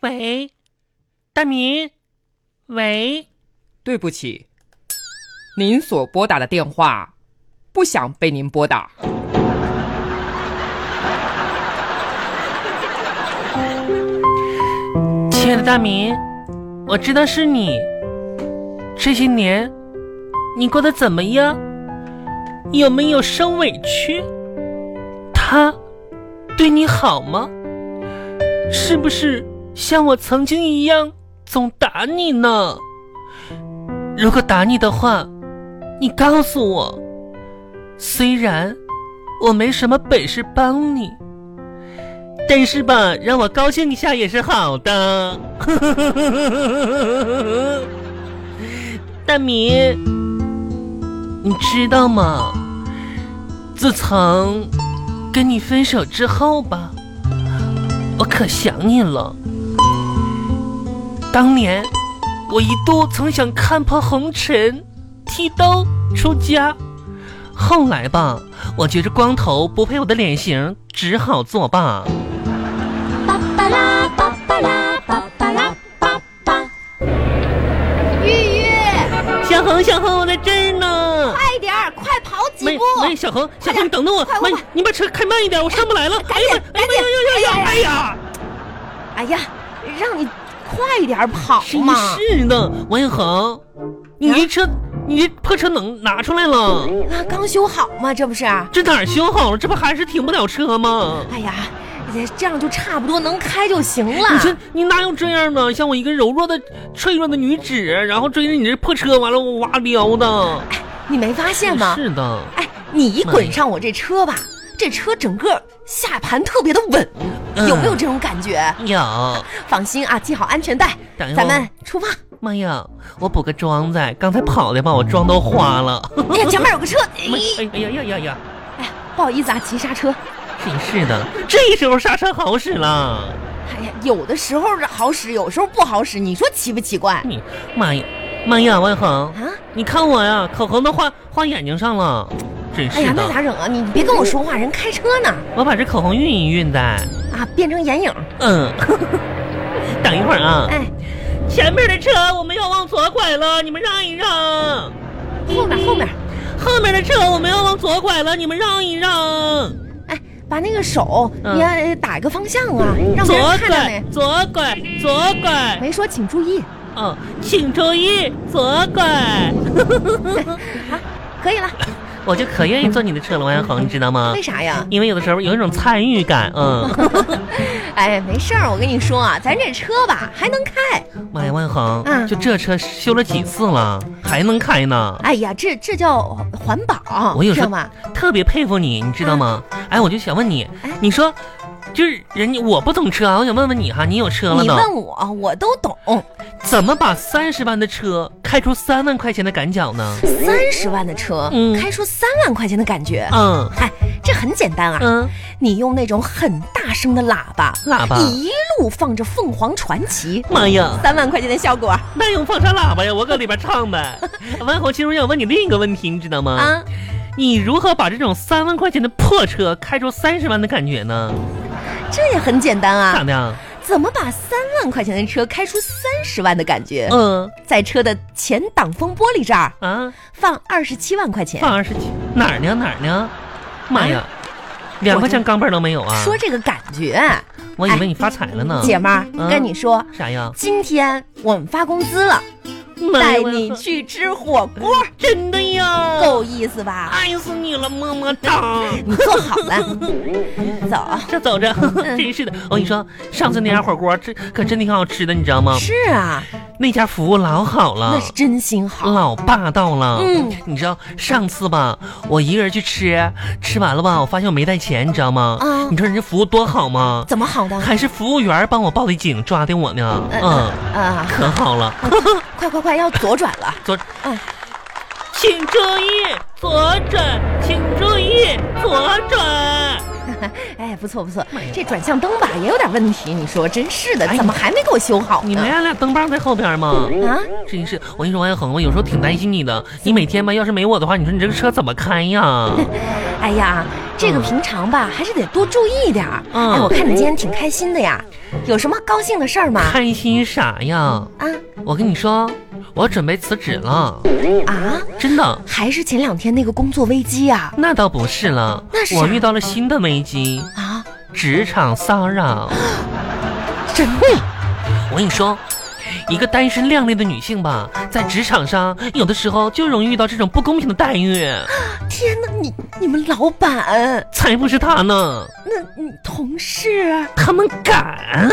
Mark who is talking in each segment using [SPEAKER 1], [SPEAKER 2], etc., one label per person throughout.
[SPEAKER 1] 喂，大明，喂，
[SPEAKER 2] 对不起，您所拨打的电话不想被您拨打。
[SPEAKER 1] 亲爱的大明，我知道是你。这些年，你过得怎么样？有没有受委屈？他对你好吗？是不是像我曾经一样总打你呢？如果打你的话，你告诉我。虽然我没什么本事帮你，但是吧，让我高兴一下也是好的。 大米，你知道吗？自从跟你分手之后吧，我可想你了。当年我一度曾想看破红尘，剃刀出家，后来吧，我觉着光头不配我的脸型，只好作罢。
[SPEAKER 3] 巴巴拉巴巴拉巴巴拉巴巴。玉玉，
[SPEAKER 1] 小红，小红，我在这儿呢。
[SPEAKER 3] 快点儿，快跑几
[SPEAKER 1] 妹
[SPEAKER 3] 步！
[SPEAKER 1] 妹，小红，小红，
[SPEAKER 3] 快点
[SPEAKER 1] 你等等我
[SPEAKER 3] 快。快
[SPEAKER 1] 妹
[SPEAKER 3] 快，
[SPEAKER 1] 你把车开慢一点，我上不来了。
[SPEAKER 3] 赶紧
[SPEAKER 1] 哎呀妈
[SPEAKER 3] 赶紧
[SPEAKER 1] 哎呀呀呀呀！
[SPEAKER 3] 哎
[SPEAKER 1] 哎呀，
[SPEAKER 3] 哎呀，让你快点儿跑
[SPEAKER 1] 真
[SPEAKER 3] 嘛！
[SPEAKER 1] 是的，王小红，你这车，你这破车能拿出来了？
[SPEAKER 3] 啊，刚修好嘛，这不是？哎
[SPEAKER 1] 这哪儿修好了？这不还是停不了车吗？
[SPEAKER 3] 呀，这样就差不多能开就行
[SPEAKER 1] 你说
[SPEAKER 3] 了。
[SPEAKER 1] 你哪有这样呢？像我一个柔弱的、脆弱的女子，然后追着你这破车，完了我哇撩的，
[SPEAKER 3] 你没发现吗？
[SPEAKER 1] 是的，
[SPEAKER 3] 哎，你一滚上我这车吧，这车整个下盘特别的稳，
[SPEAKER 1] 嗯
[SPEAKER 3] 有没有这种感觉？
[SPEAKER 1] 呀，
[SPEAKER 3] 放心啊，系好安全带，
[SPEAKER 1] 等一会
[SPEAKER 3] 咱
[SPEAKER 1] 儿
[SPEAKER 3] 们出 发。
[SPEAKER 1] 妈呀！我补个妆在，刚才跑的把我妆都花了。
[SPEAKER 3] 哎呀，前面 有个车，
[SPEAKER 1] 妈
[SPEAKER 3] 哎，
[SPEAKER 1] 哎哎呀呀呀呀！
[SPEAKER 3] 不好意思啊，急刹车。
[SPEAKER 1] 真是的，这时候刹车好使了。
[SPEAKER 3] 哎呀，有的时候是好使，有时候不好使，你说奇不奇怪
[SPEAKER 1] 你妈呀，妈呀，万恒，
[SPEAKER 3] 啊？
[SPEAKER 1] 你看我呀，口红都画画眼睛上了，真
[SPEAKER 3] 哎
[SPEAKER 1] 是
[SPEAKER 3] 呀，那
[SPEAKER 1] 的。
[SPEAKER 3] 咋整啊？你你别跟我说话，人开车呢
[SPEAKER 1] 我把这口红晕一晕的。
[SPEAKER 3] 啊，变成眼影。
[SPEAKER 1] 嗯， 等一会儿啊，
[SPEAKER 3] 哎，
[SPEAKER 1] 前面的车我们要往左拐了，你们让一让。
[SPEAKER 3] 后面后面，
[SPEAKER 1] 后面的车我们要往左拐了，你们让一让。
[SPEAKER 3] 哎，把那个手
[SPEAKER 1] 嗯
[SPEAKER 3] 你要打一个方向啊，让别
[SPEAKER 1] 左
[SPEAKER 3] 人看着
[SPEAKER 1] 拐
[SPEAKER 3] 呢，。
[SPEAKER 1] 左拐，左拐。
[SPEAKER 3] 没说，请注意。
[SPEAKER 1] 哦，请注意，左拐。
[SPEAKER 3] 可以了，哎
[SPEAKER 1] 我就可愿意坐你的车了，王小红，你知道吗
[SPEAKER 3] 为？啥呀？
[SPEAKER 1] 因为有的时候有一种参与感，嗯。
[SPEAKER 3] 哎，没事儿，我跟你说啊，咱这车吧还能开。
[SPEAKER 1] 妈哎呀，万恒，
[SPEAKER 3] 嗯
[SPEAKER 1] 就这车修了几次了，还能开呢？
[SPEAKER 3] 哎呀，这这叫环保，
[SPEAKER 1] 我有时
[SPEAKER 3] 知
[SPEAKER 1] 候
[SPEAKER 3] 道吗？
[SPEAKER 1] 特别佩服你，你知道吗？哎，我就想问你
[SPEAKER 3] 嗯哎，
[SPEAKER 1] 你说，就是人家我不懂车啊，我想问问你哈，你有车了
[SPEAKER 3] 你
[SPEAKER 1] 呢？
[SPEAKER 3] 问我，我都懂。
[SPEAKER 1] 怎么把三十万的车开出三万块钱的赶脚 呢？
[SPEAKER 3] 三十万的车、
[SPEAKER 1] 嗯
[SPEAKER 3] 开出三万块钱的感觉，
[SPEAKER 1] 嗯
[SPEAKER 3] 嗨、这很简单啊。
[SPEAKER 1] 嗯，
[SPEAKER 3] 你用那种很大声的喇叭，
[SPEAKER 1] 喇叭
[SPEAKER 3] 一路放着凤凰传奇，
[SPEAKER 1] 妈呀，
[SPEAKER 3] 三万块钱的效果
[SPEAKER 1] 那用放啥喇叭呀？我搁里边唱呗。 万红，其实我想问你另一个问题，你知道吗？
[SPEAKER 3] 啊！
[SPEAKER 1] 你如何把这种三万块钱的破车开出三十万的感觉呢？
[SPEAKER 3] 这也很简单
[SPEAKER 1] 咋
[SPEAKER 3] 啊。
[SPEAKER 1] 的？
[SPEAKER 3] 怎么把三万块钱的车开出三十万的感觉？
[SPEAKER 1] 嗯
[SPEAKER 3] 在车的前挡风玻璃这儿
[SPEAKER 1] 啊，
[SPEAKER 3] 放二十七万块钱。
[SPEAKER 1] 放二十七，哪儿呢？哪儿呢？妈呀，两
[SPEAKER 3] 哎我
[SPEAKER 1] 块钱钢镚儿都没有啊！
[SPEAKER 3] 说这个感觉，啊
[SPEAKER 1] 我以为你发财了呢。
[SPEAKER 3] 姐们儿，
[SPEAKER 1] 嗯
[SPEAKER 3] 跟你说，
[SPEAKER 1] 啥呀？
[SPEAKER 3] 今天我们发工资 了，
[SPEAKER 1] 妈呀
[SPEAKER 3] 带你，去吃火锅，
[SPEAKER 1] 真的呀！
[SPEAKER 3] 够意思吧？
[SPEAKER 1] 爱死你了，么么哒。
[SPEAKER 3] 你做好 了，走。
[SPEAKER 1] 这走着，
[SPEAKER 3] 嗯
[SPEAKER 1] 真是的。我跟你说，上次那家火锅，这可真挺好吃的，你知道吗？
[SPEAKER 3] 是啊，
[SPEAKER 1] 那家服务老好了
[SPEAKER 3] 那。是真心好。
[SPEAKER 1] 老霸道了，
[SPEAKER 3] 嗯，
[SPEAKER 1] 你知道上次吧，我一个人去吃，吃完了吧，我发现我没带钱，你知道吗？
[SPEAKER 3] 啊
[SPEAKER 1] 你说人家服务多好吗？
[SPEAKER 3] 怎么好的？
[SPEAKER 1] 还是服务员帮我报的警，抓的我呢。
[SPEAKER 3] 嗯
[SPEAKER 1] 嗯，
[SPEAKER 3] 啊，
[SPEAKER 1] 可好了。
[SPEAKER 3] 快快快，要左转了！
[SPEAKER 1] 左，
[SPEAKER 3] 嗯
[SPEAKER 1] 请注意，左转，请注意，左转。
[SPEAKER 3] 哎，不错不错，这转向灯吧也有点问题，你说真是的，怎么还没给我修好呢？
[SPEAKER 1] 哎你没俺俩灯棒在后边吗？
[SPEAKER 3] 啊？
[SPEAKER 1] 真是，我跟你说，王小恒，我有时候挺担心你的。你每天吧，要是没我的话，你说你这个车怎么开 呀？
[SPEAKER 3] 哎呀，这个平常吧还是得多注意点儿。
[SPEAKER 1] 嗯
[SPEAKER 3] 哎，我看你今天挺开心的呀，有什么高兴的事儿吗？
[SPEAKER 1] 开心啥呀？
[SPEAKER 3] 啊
[SPEAKER 1] 我跟你说，我准备辞职了，
[SPEAKER 3] 啊，
[SPEAKER 1] 真的。
[SPEAKER 3] 还是前两天那个工作危机啊呀？
[SPEAKER 1] 那倒不是了，
[SPEAKER 3] 那是啥
[SPEAKER 1] 我遇到了新的危机，
[SPEAKER 3] 啊，
[SPEAKER 1] 职场骚扰。
[SPEAKER 3] 真的？
[SPEAKER 1] 我跟你说，一个单身靓丽的女性吧，在职场上有的时候就容易遇到这种不公平的待遇，
[SPEAKER 3] 天哪，你你们老板，
[SPEAKER 1] 才不是她呢！
[SPEAKER 3] 那你同事，啊
[SPEAKER 1] 他们敢，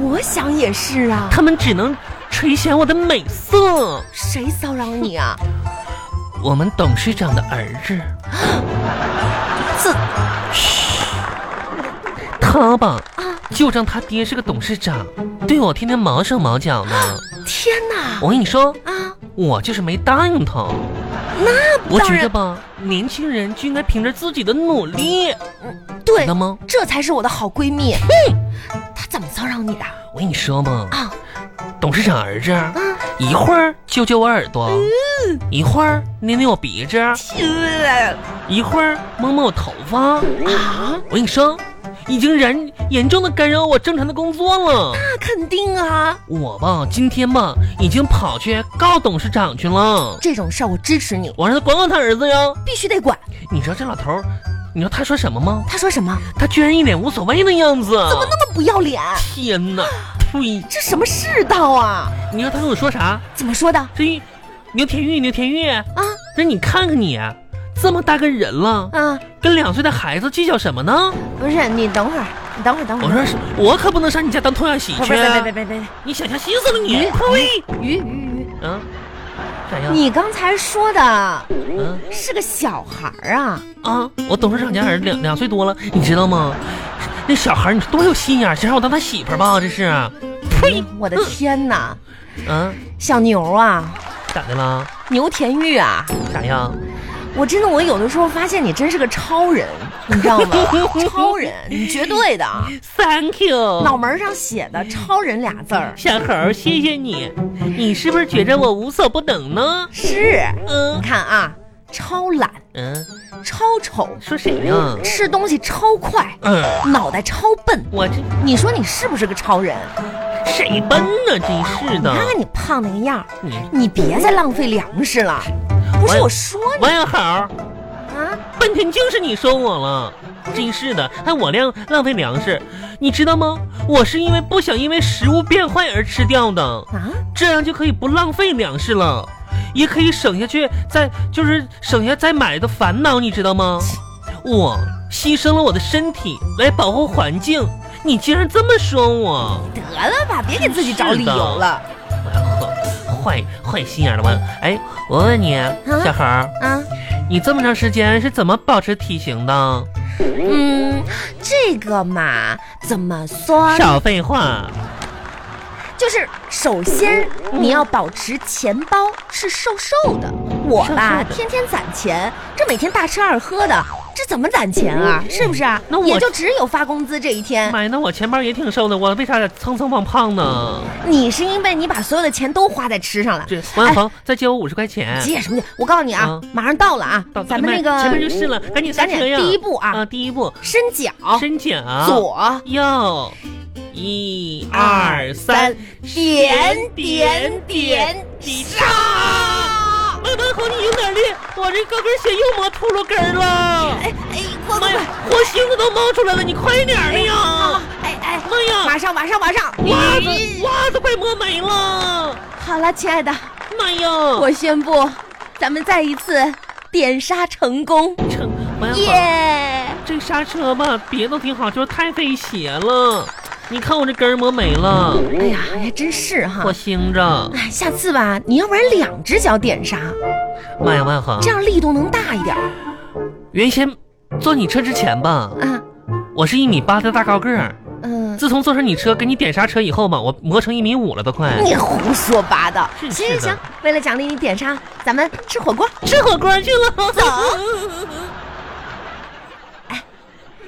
[SPEAKER 3] 我想也是啊。
[SPEAKER 1] 他们只能垂涎我的美色。
[SPEAKER 3] 谁骚扰 你啊？
[SPEAKER 1] 我们董事长的儿子，
[SPEAKER 3] 这
[SPEAKER 1] 他吧，就让他爹是个董事长，对我天天毛手毛脚的。
[SPEAKER 3] 天哪！
[SPEAKER 1] 我跟你说，
[SPEAKER 3] 啊，
[SPEAKER 1] 我就是没答应他。那我
[SPEAKER 3] 当
[SPEAKER 1] 觉
[SPEAKER 3] 然
[SPEAKER 1] 得吧，年轻人就应该凭着自己的努力，
[SPEAKER 3] 对
[SPEAKER 1] 知道，吗？
[SPEAKER 3] 这才是我的好闺蜜。嗯，她怎么骚扰你的？
[SPEAKER 1] 我跟你说嘛，
[SPEAKER 3] 啊
[SPEAKER 1] 董事长儿子
[SPEAKER 3] 嗯
[SPEAKER 1] 一会儿揪揪我耳朵，一会儿捏捏我鼻子，
[SPEAKER 3] 呃
[SPEAKER 1] 一会儿摸摸我头发。
[SPEAKER 3] 啊，
[SPEAKER 1] 我跟你说，已经严严重的干扰我正常的工作了。
[SPEAKER 3] 那肯定啊！
[SPEAKER 1] 我吧，今天吧，已经跑去告董事长去了。
[SPEAKER 3] 这种事儿我支持你，
[SPEAKER 1] 我让他管管他儿子呀！
[SPEAKER 3] 必须得管。
[SPEAKER 1] 你知道这老头儿，你知道他说什么吗？
[SPEAKER 3] 她说什么？
[SPEAKER 1] 他居然一脸无所谓的样子！
[SPEAKER 3] 怎么哦那么不要脸？
[SPEAKER 1] 天哪！呸！
[SPEAKER 3] 这什么世道啊？
[SPEAKER 1] 你知道他跟我说啥？
[SPEAKER 3] 怎么说的啊？
[SPEAKER 1] 这牛田玉，牛田玉，那你看看你，啊这么大个人了，
[SPEAKER 3] 啊，
[SPEAKER 1] 跟两岁的孩子计较什么呢？
[SPEAKER 3] 不是，你等会儿，你等会儿，等会
[SPEAKER 1] 我
[SPEAKER 3] 儿。
[SPEAKER 1] 说是，我可不能上你家当童养媳
[SPEAKER 3] 不
[SPEAKER 1] 去
[SPEAKER 3] 是别别
[SPEAKER 1] 啊
[SPEAKER 3] 别！别别别！
[SPEAKER 1] 你想象心思了你！
[SPEAKER 3] 鱼鱼鱼，
[SPEAKER 1] 呸！啊，咋样？
[SPEAKER 3] 你刚才说的
[SPEAKER 1] 嗯
[SPEAKER 3] 是个小孩儿啊？
[SPEAKER 1] 啊，我董事长家儿子两两岁多了，你知道吗？那小孩儿你说多有心眼儿，想让我当他媳妇儿吧？这是，呸！
[SPEAKER 3] 哎我的天哪，
[SPEAKER 1] 嗯，
[SPEAKER 3] 小牛啊，
[SPEAKER 1] 咋的了？
[SPEAKER 3] 牛田玉啊！
[SPEAKER 1] 咋样？
[SPEAKER 3] 我真的，我有的时候发现你真是个超人，你 知道吗？超人，你绝对的。
[SPEAKER 1] 嗯 Thank
[SPEAKER 3] 脑
[SPEAKER 1] you，
[SPEAKER 3] 门上写的“超人”俩字儿，
[SPEAKER 1] 小猴儿，谢谢你。你是不是觉着我无所不能呢？
[SPEAKER 3] 是。你
[SPEAKER 1] 嗯
[SPEAKER 3] 看啊，超懒，
[SPEAKER 1] 嗯，
[SPEAKER 3] 超丑，
[SPEAKER 1] 说谁呢？
[SPEAKER 3] 吃东西超快，
[SPEAKER 1] 嗯，
[SPEAKER 3] 脑袋超笨。
[SPEAKER 1] 我这
[SPEAKER 3] 你说你是不是个超人？
[SPEAKER 1] 嗯谁笨呢？真是的
[SPEAKER 3] 看，看你胖那个样儿，
[SPEAKER 1] 你
[SPEAKER 3] 你别再浪费粮食了。不是
[SPEAKER 1] 我
[SPEAKER 3] 我说你
[SPEAKER 1] 王小猴，
[SPEAKER 3] 啊，
[SPEAKER 1] 半天就是你说我了，真是的，还我量浪费粮食，你知道吗？我是因为不想因为食物变坏而吃掉的，
[SPEAKER 3] 啊，
[SPEAKER 1] 这样就可以不浪费粮食了，也可以省下去再就是省下再买的烦恼，你知道吗？我牺牲了我的身体来保护环境，你竟然这么说我！
[SPEAKER 3] 得了吧，别给自己找理由了
[SPEAKER 1] 我要坏坏心眼了吗？哎，我问你，小猴儿，
[SPEAKER 3] 啊。
[SPEAKER 1] 你这么长时间是怎么保持体型的？
[SPEAKER 3] 嗯，这个嘛，怎么说呢？
[SPEAKER 1] 少废话，
[SPEAKER 3] 就是首先你要保持钱包是瘦瘦的。我吧
[SPEAKER 1] 瘦瘦，的
[SPEAKER 3] 天天攒钱，这每天大吃二喝的，这怎么攒钱啊？是不是啊？
[SPEAKER 1] 嗯那我
[SPEAKER 3] 也就只有发工资这一天。
[SPEAKER 1] 妈呀，那我钱包也挺瘦的，我为啥蹭蹭胖胖呢？
[SPEAKER 3] 你是因为你把所有的钱都花在吃上了。哎
[SPEAKER 1] 这王小鹏再借我五十块钱，
[SPEAKER 3] 急也什么急？我告诉你啊，
[SPEAKER 1] 嗯
[SPEAKER 3] 马上到了啊，
[SPEAKER 1] 到
[SPEAKER 3] 咱们那
[SPEAKER 1] 前面
[SPEAKER 3] 个
[SPEAKER 1] 就是了，赶紧上
[SPEAKER 3] 赶紧
[SPEAKER 1] 车呀！
[SPEAKER 3] 第一步啊，
[SPEAKER 1] 啊，第一步，
[SPEAKER 3] 伸脚，
[SPEAKER 1] 伸脚，
[SPEAKER 3] 左
[SPEAKER 1] 右，一二三，
[SPEAKER 3] 点点点
[SPEAKER 1] 几上。我门口你有点力，我这高跟鞋又磨秃噜跟儿了。
[SPEAKER 3] 哎哎，快
[SPEAKER 1] 妈
[SPEAKER 3] 快
[SPEAKER 1] 呀
[SPEAKER 3] 快！，
[SPEAKER 1] 火星子都冒出来了，你快点儿的呀！
[SPEAKER 3] 哎哎，
[SPEAKER 1] 妈呀，
[SPEAKER 3] 马上马上马上！
[SPEAKER 1] 袜子
[SPEAKER 3] 咦
[SPEAKER 1] 袜子快磨没了！
[SPEAKER 3] 好了，亲爱的，
[SPEAKER 1] 妈呀，
[SPEAKER 3] 我宣布，咱们再一次点杀成功！
[SPEAKER 1] 成我要
[SPEAKER 3] 耶、
[SPEAKER 1] 好这刹车吧，别的挺好，就是太费鞋了。你看我这跟儿磨没了，
[SPEAKER 3] 哎呀，还真是哈
[SPEAKER 1] 火。星子。
[SPEAKER 3] 哎，下次吧，你要不然两只脚点刹，
[SPEAKER 1] 妈呀，万恒
[SPEAKER 3] 这，样力度能大一点儿
[SPEAKER 1] 原先坐你车之前吧，
[SPEAKER 3] 啊。
[SPEAKER 1] 我是一米八的大高个儿。
[SPEAKER 3] 嗯，
[SPEAKER 1] 自从坐上你车，给你点刹车以后吧，我磨成一米五了都 快。
[SPEAKER 3] 你胡说八道！
[SPEAKER 1] 是
[SPEAKER 3] 行
[SPEAKER 1] 的
[SPEAKER 3] 行行，为了奖励你点刹，咱们吃火锅。
[SPEAKER 1] 吃火锅去了。
[SPEAKER 3] 走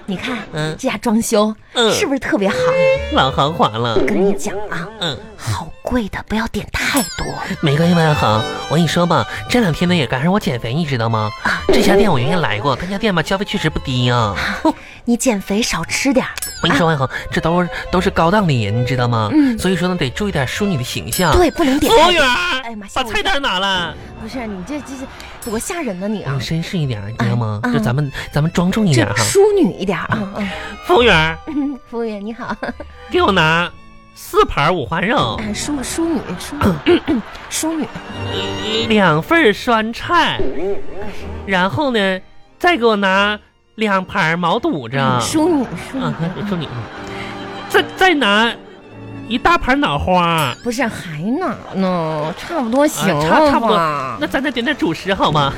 [SPEAKER 3] 你看，
[SPEAKER 1] 嗯
[SPEAKER 3] 这家装修
[SPEAKER 1] 嗯
[SPEAKER 3] 是不是特别好？
[SPEAKER 1] 老豪华了。
[SPEAKER 3] 跟你讲啊，
[SPEAKER 1] 嗯，
[SPEAKER 3] 好贵的不要点太多。
[SPEAKER 1] 没关系吧，好，我跟你说吧，这两天呢也赶上我减肥，你知道吗？
[SPEAKER 3] 啊
[SPEAKER 1] 这家店我原先来过，他家店吧消费确实不低呀、
[SPEAKER 3] 你减肥少吃点儿。
[SPEAKER 1] 我跟你说吧，好，这都是都是高档的人，你知道吗？
[SPEAKER 3] 嗯
[SPEAKER 1] 所以说呢，得注意点淑女的形象。，
[SPEAKER 3] 对，不能点
[SPEAKER 1] 服务
[SPEAKER 3] 太
[SPEAKER 1] 员
[SPEAKER 3] 多。，
[SPEAKER 1] 哎呀
[SPEAKER 3] 哎呀
[SPEAKER 1] 妈
[SPEAKER 3] 妈，
[SPEAKER 1] 把
[SPEAKER 3] 吓我一嗯
[SPEAKER 1] 菜单拿来。
[SPEAKER 3] 不是你这这这多吓人呢你啊
[SPEAKER 1] 你！绅士一点，你知道吗？
[SPEAKER 3] 嗯
[SPEAKER 1] 就咱们咱们庄重一点
[SPEAKER 3] 这
[SPEAKER 1] 哈。
[SPEAKER 3] 淑女一点儿啊啊！
[SPEAKER 1] 服务员，
[SPEAKER 3] 嗯 服务员你好，
[SPEAKER 1] 给我拿四盘五花肉，
[SPEAKER 3] 哎淑淑女淑女
[SPEAKER 1] 嗯
[SPEAKER 3] 淑女，
[SPEAKER 1] 两份酸菜，然后呢，再给我拿两盘毛肚子，
[SPEAKER 3] 淑女淑
[SPEAKER 1] 啊
[SPEAKER 3] 女，，
[SPEAKER 1] 说你，再再拿一大盘脑花，
[SPEAKER 3] 不是还哪呢？差不多行
[SPEAKER 1] 啊差差
[SPEAKER 3] 了
[SPEAKER 1] 不多
[SPEAKER 3] 吧？
[SPEAKER 1] 那咱再点点主食好吗？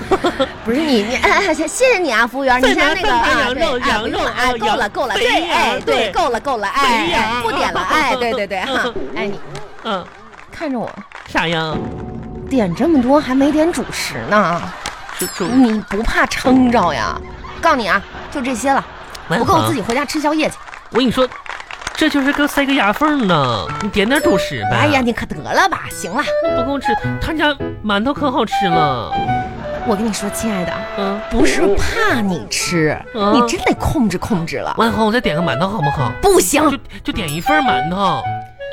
[SPEAKER 3] 不是你你，哎谢谢你啊，服务员，
[SPEAKER 1] 再
[SPEAKER 3] 你先
[SPEAKER 1] 拿
[SPEAKER 3] 那个
[SPEAKER 1] 蛋白
[SPEAKER 3] 啊，
[SPEAKER 1] 羊
[SPEAKER 3] 对
[SPEAKER 1] 肉
[SPEAKER 3] 哎
[SPEAKER 1] 羊
[SPEAKER 3] 不
[SPEAKER 1] 肉
[SPEAKER 3] 用了
[SPEAKER 1] 啊
[SPEAKER 3] 哎，够了
[SPEAKER 1] 羊
[SPEAKER 3] 够了，
[SPEAKER 1] 肥
[SPEAKER 3] 对，
[SPEAKER 1] 羊
[SPEAKER 3] 哎，对，
[SPEAKER 1] 对
[SPEAKER 3] 够了够了，哎
[SPEAKER 1] 肥
[SPEAKER 3] 哎
[SPEAKER 1] 羊，
[SPEAKER 3] 不点了，哎，对对对，哈，哎你
[SPEAKER 1] 嗯，
[SPEAKER 3] 看着我，
[SPEAKER 1] 啥呀？
[SPEAKER 3] 点这么多还没点主食呢，
[SPEAKER 1] 主主，
[SPEAKER 3] 你不怕撑着呀？告诉你啊，就这些了，不够
[SPEAKER 1] 哎
[SPEAKER 3] 自己。回家吃宵夜去。
[SPEAKER 1] 我跟你说，这就是个塞个牙缝呢，你点点主食呗。
[SPEAKER 3] 哎呀，你可得了吧，行了，
[SPEAKER 1] 不够吃，他家馒头可好吃了。
[SPEAKER 3] 我跟你说，亲爱的，
[SPEAKER 1] 嗯，
[SPEAKER 3] 不是怕你吃，
[SPEAKER 1] 嗯
[SPEAKER 3] 你真得控制控制了，
[SPEAKER 1] 完以后我再点个馒头好不好？
[SPEAKER 3] 不行。
[SPEAKER 1] 就就点一份馒头，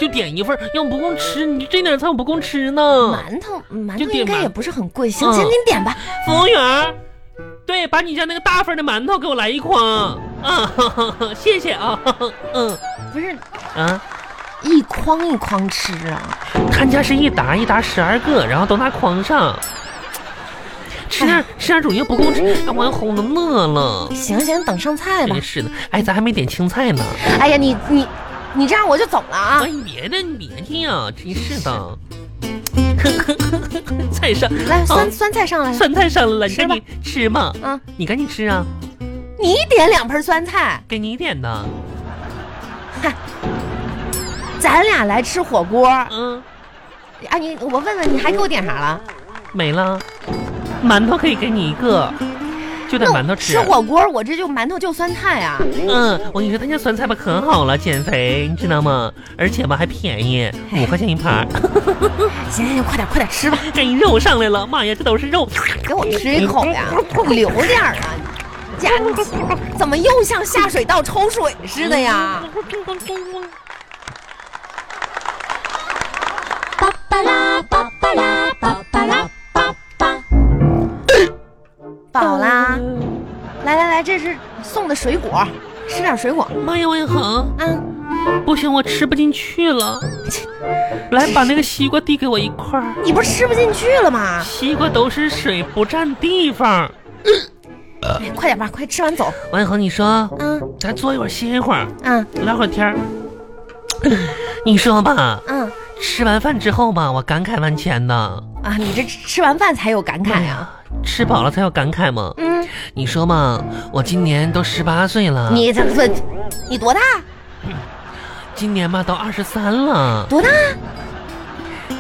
[SPEAKER 1] 就点一份，要不够吃，你这点菜我不够吃呢。
[SPEAKER 3] 馒头，馒
[SPEAKER 1] 嗯就
[SPEAKER 3] 头
[SPEAKER 1] 点
[SPEAKER 3] 应该
[SPEAKER 1] 馒
[SPEAKER 3] 也不是很贵，行
[SPEAKER 1] 嗯
[SPEAKER 3] 行，您点吧。
[SPEAKER 1] 服务员，对，把你家那个大份的馒头给我来一筐啊， 呵呵呵谢谢啊。 呵呵嗯
[SPEAKER 3] 不是
[SPEAKER 1] 啊，
[SPEAKER 3] 一筐一筐吃啊，
[SPEAKER 1] 他家是一沓一沓十二个，然后都拿筐上。吃
[SPEAKER 3] 哎
[SPEAKER 1] 点吃点主又不够吃，
[SPEAKER 3] 哦
[SPEAKER 1] 哎我齁的饿了。
[SPEAKER 3] 行行，等上菜吧
[SPEAKER 1] 真。是的，哎，咱还没点青菜呢。
[SPEAKER 3] 哎呀，你你你这样我就走了啊
[SPEAKER 1] 哎，！你别的，你别的呀，真是的。菜上
[SPEAKER 3] 来，酸
[SPEAKER 1] 啊
[SPEAKER 3] 酸菜上来了
[SPEAKER 1] 酸菜上来了，你
[SPEAKER 3] 吃
[SPEAKER 1] 赶
[SPEAKER 3] 吧
[SPEAKER 1] 紧吃吧，
[SPEAKER 3] 啊！
[SPEAKER 1] 你赶紧吃啊，
[SPEAKER 3] 你点两盆酸菜，
[SPEAKER 1] 给你点的。
[SPEAKER 3] 咱俩来吃火锅。
[SPEAKER 1] 嗯，
[SPEAKER 3] 啊，你我问问你还给我点啥了？
[SPEAKER 1] 没了，馒头可以给你一个，就点
[SPEAKER 3] 那
[SPEAKER 1] 馒头吃。
[SPEAKER 3] 吃火锅，我这就馒头就酸菜啊！
[SPEAKER 1] 嗯，我跟你说，他家酸菜吧可好了，减肥，你知道吗？而且吧还便宜，五块钱一盘 儿。
[SPEAKER 3] 行行行，快点快点吃吧，
[SPEAKER 1] 这肉上来了，妈呀，这都是肉。
[SPEAKER 3] 给我吃一口呀，留点儿啊！你家你怎么又像下水道抽水似的呀？
[SPEAKER 1] 嗯
[SPEAKER 4] 巴巴拉巴巴拉巴巴拉巴巴，
[SPEAKER 3] 饱啦！
[SPEAKER 1] 哦
[SPEAKER 3] 来来来，这是送的水果，吃点水果。
[SPEAKER 1] 妈呀，万恒，
[SPEAKER 3] 嗯，
[SPEAKER 1] 不行，我吃不进去了。来，把那个西瓜递给我一块儿。
[SPEAKER 3] 你不是吃不进去了吗？
[SPEAKER 1] 西瓜都是水，不占地方。呃
[SPEAKER 3] 哎快点吧，快吃完走。
[SPEAKER 1] 王一恒，你说
[SPEAKER 3] 嗯
[SPEAKER 1] 咱坐一会儿歇一会儿，
[SPEAKER 3] 嗯
[SPEAKER 1] 聊会儿天儿。 你说吧，
[SPEAKER 3] 嗯
[SPEAKER 1] 吃完饭之后吧，我感慨万千呐。
[SPEAKER 3] 啊，你这吃吃完饭才有感慨啊。
[SPEAKER 1] 吃饱了才有感慨嘛。
[SPEAKER 3] 嗯，
[SPEAKER 1] 你说嘛，我今年都十八岁了，
[SPEAKER 3] 你这这你多大？
[SPEAKER 1] 今年吧都二十三了，
[SPEAKER 3] 多大？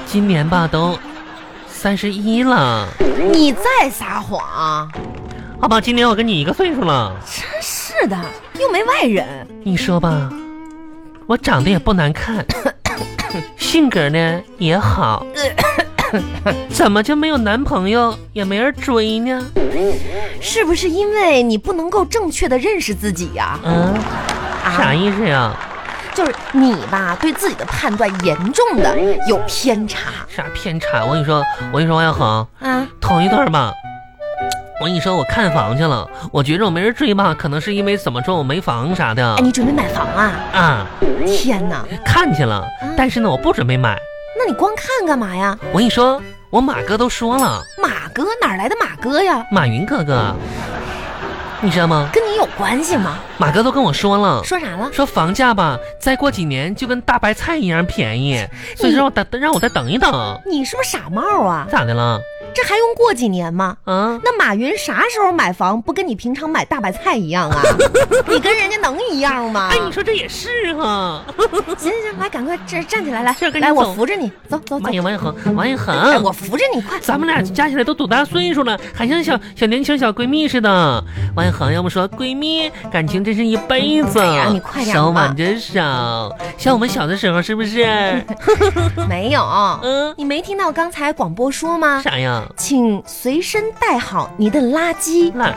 [SPEAKER 1] 今年吧都三十一了，
[SPEAKER 3] 你再撒谎！
[SPEAKER 1] 好吧，今年我跟你一个岁数了。
[SPEAKER 3] 真是的，又没外人。
[SPEAKER 1] 你说吧，我长得也不难看，性格呢也好， 怎么就没有男朋友，也没人追呢？
[SPEAKER 3] 是不是因为你不能够正确的认识自己呀、啊
[SPEAKER 1] 嗯，啥意思呀？
[SPEAKER 3] 就是你吧，对自己的判断严重的有偏差
[SPEAKER 1] 啥偏差？我跟你说，我跟你说，王小恒，
[SPEAKER 3] 啊！
[SPEAKER 1] 头一段吧，我跟你说，我看房去了，我觉着我没人追吧，可能是因为怎么说我没房啥的
[SPEAKER 3] 哎，你准备买房啊？
[SPEAKER 1] 啊，
[SPEAKER 3] 天哪，
[SPEAKER 1] 看去了，但是呢，我不准备买。
[SPEAKER 3] 那你光看干嘛呀？
[SPEAKER 1] 我跟你说，我马哥都说了，
[SPEAKER 3] 马哥哪儿来的马哥呀？
[SPEAKER 1] 马云哥哥，你知道吗？
[SPEAKER 3] 跟你有关系吗？
[SPEAKER 1] 马哥都跟我说了。
[SPEAKER 3] 说啥了？
[SPEAKER 1] 说房价吧，再过几年就跟大白菜一样便宜，所以说我等让我再等一等，
[SPEAKER 3] 你是不是傻帽啊？
[SPEAKER 1] 咋的了？
[SPEAKER 3] 这还用过几年吗？
[SPEAKER 1] 啊，
[SPEAKER 3] 那马云啥时候买房不跟你平常买大白菜 一样啊？你跟人家能一样吗？
[SPEAKER 1] 哎，你说这也是哈，
[SPEAKER 3] 行行行，来，赶快站站起来，来
[SPEAKER 1] 这跟你
[SPEAKER 3] 来，我
[SPEAKER 1] 走啊
[SPEAKER 3] 扶着你，走走走
[SPEAKER 1] 王，一王一恒，王一
[SPEAKER 3] 哦哎
[SPEAKER 1] 恒，
[SPEAKER 3] 我扶着你，快，
[SPEAKER 1] 咱们俩加起来都多大岁数了，还像小小年轻小闺蜜似的。王一恒，要么说闺蜜感情真是一辈子，
[SPEAKER 3] 哎呀你快点吧
[SPEAKER 1] 手挽着手，像我们小的时候是不是？
[SPEAKER 3] 没有，
[SPEAKER 1] 嗯，
[SPEAKER 3] 你没听到刚才广播说吗？
[SPEAKER 1] 啥呀？
[SPEAKER 3] 请随身带好你的垃圾。
[SPEAKER 1] 那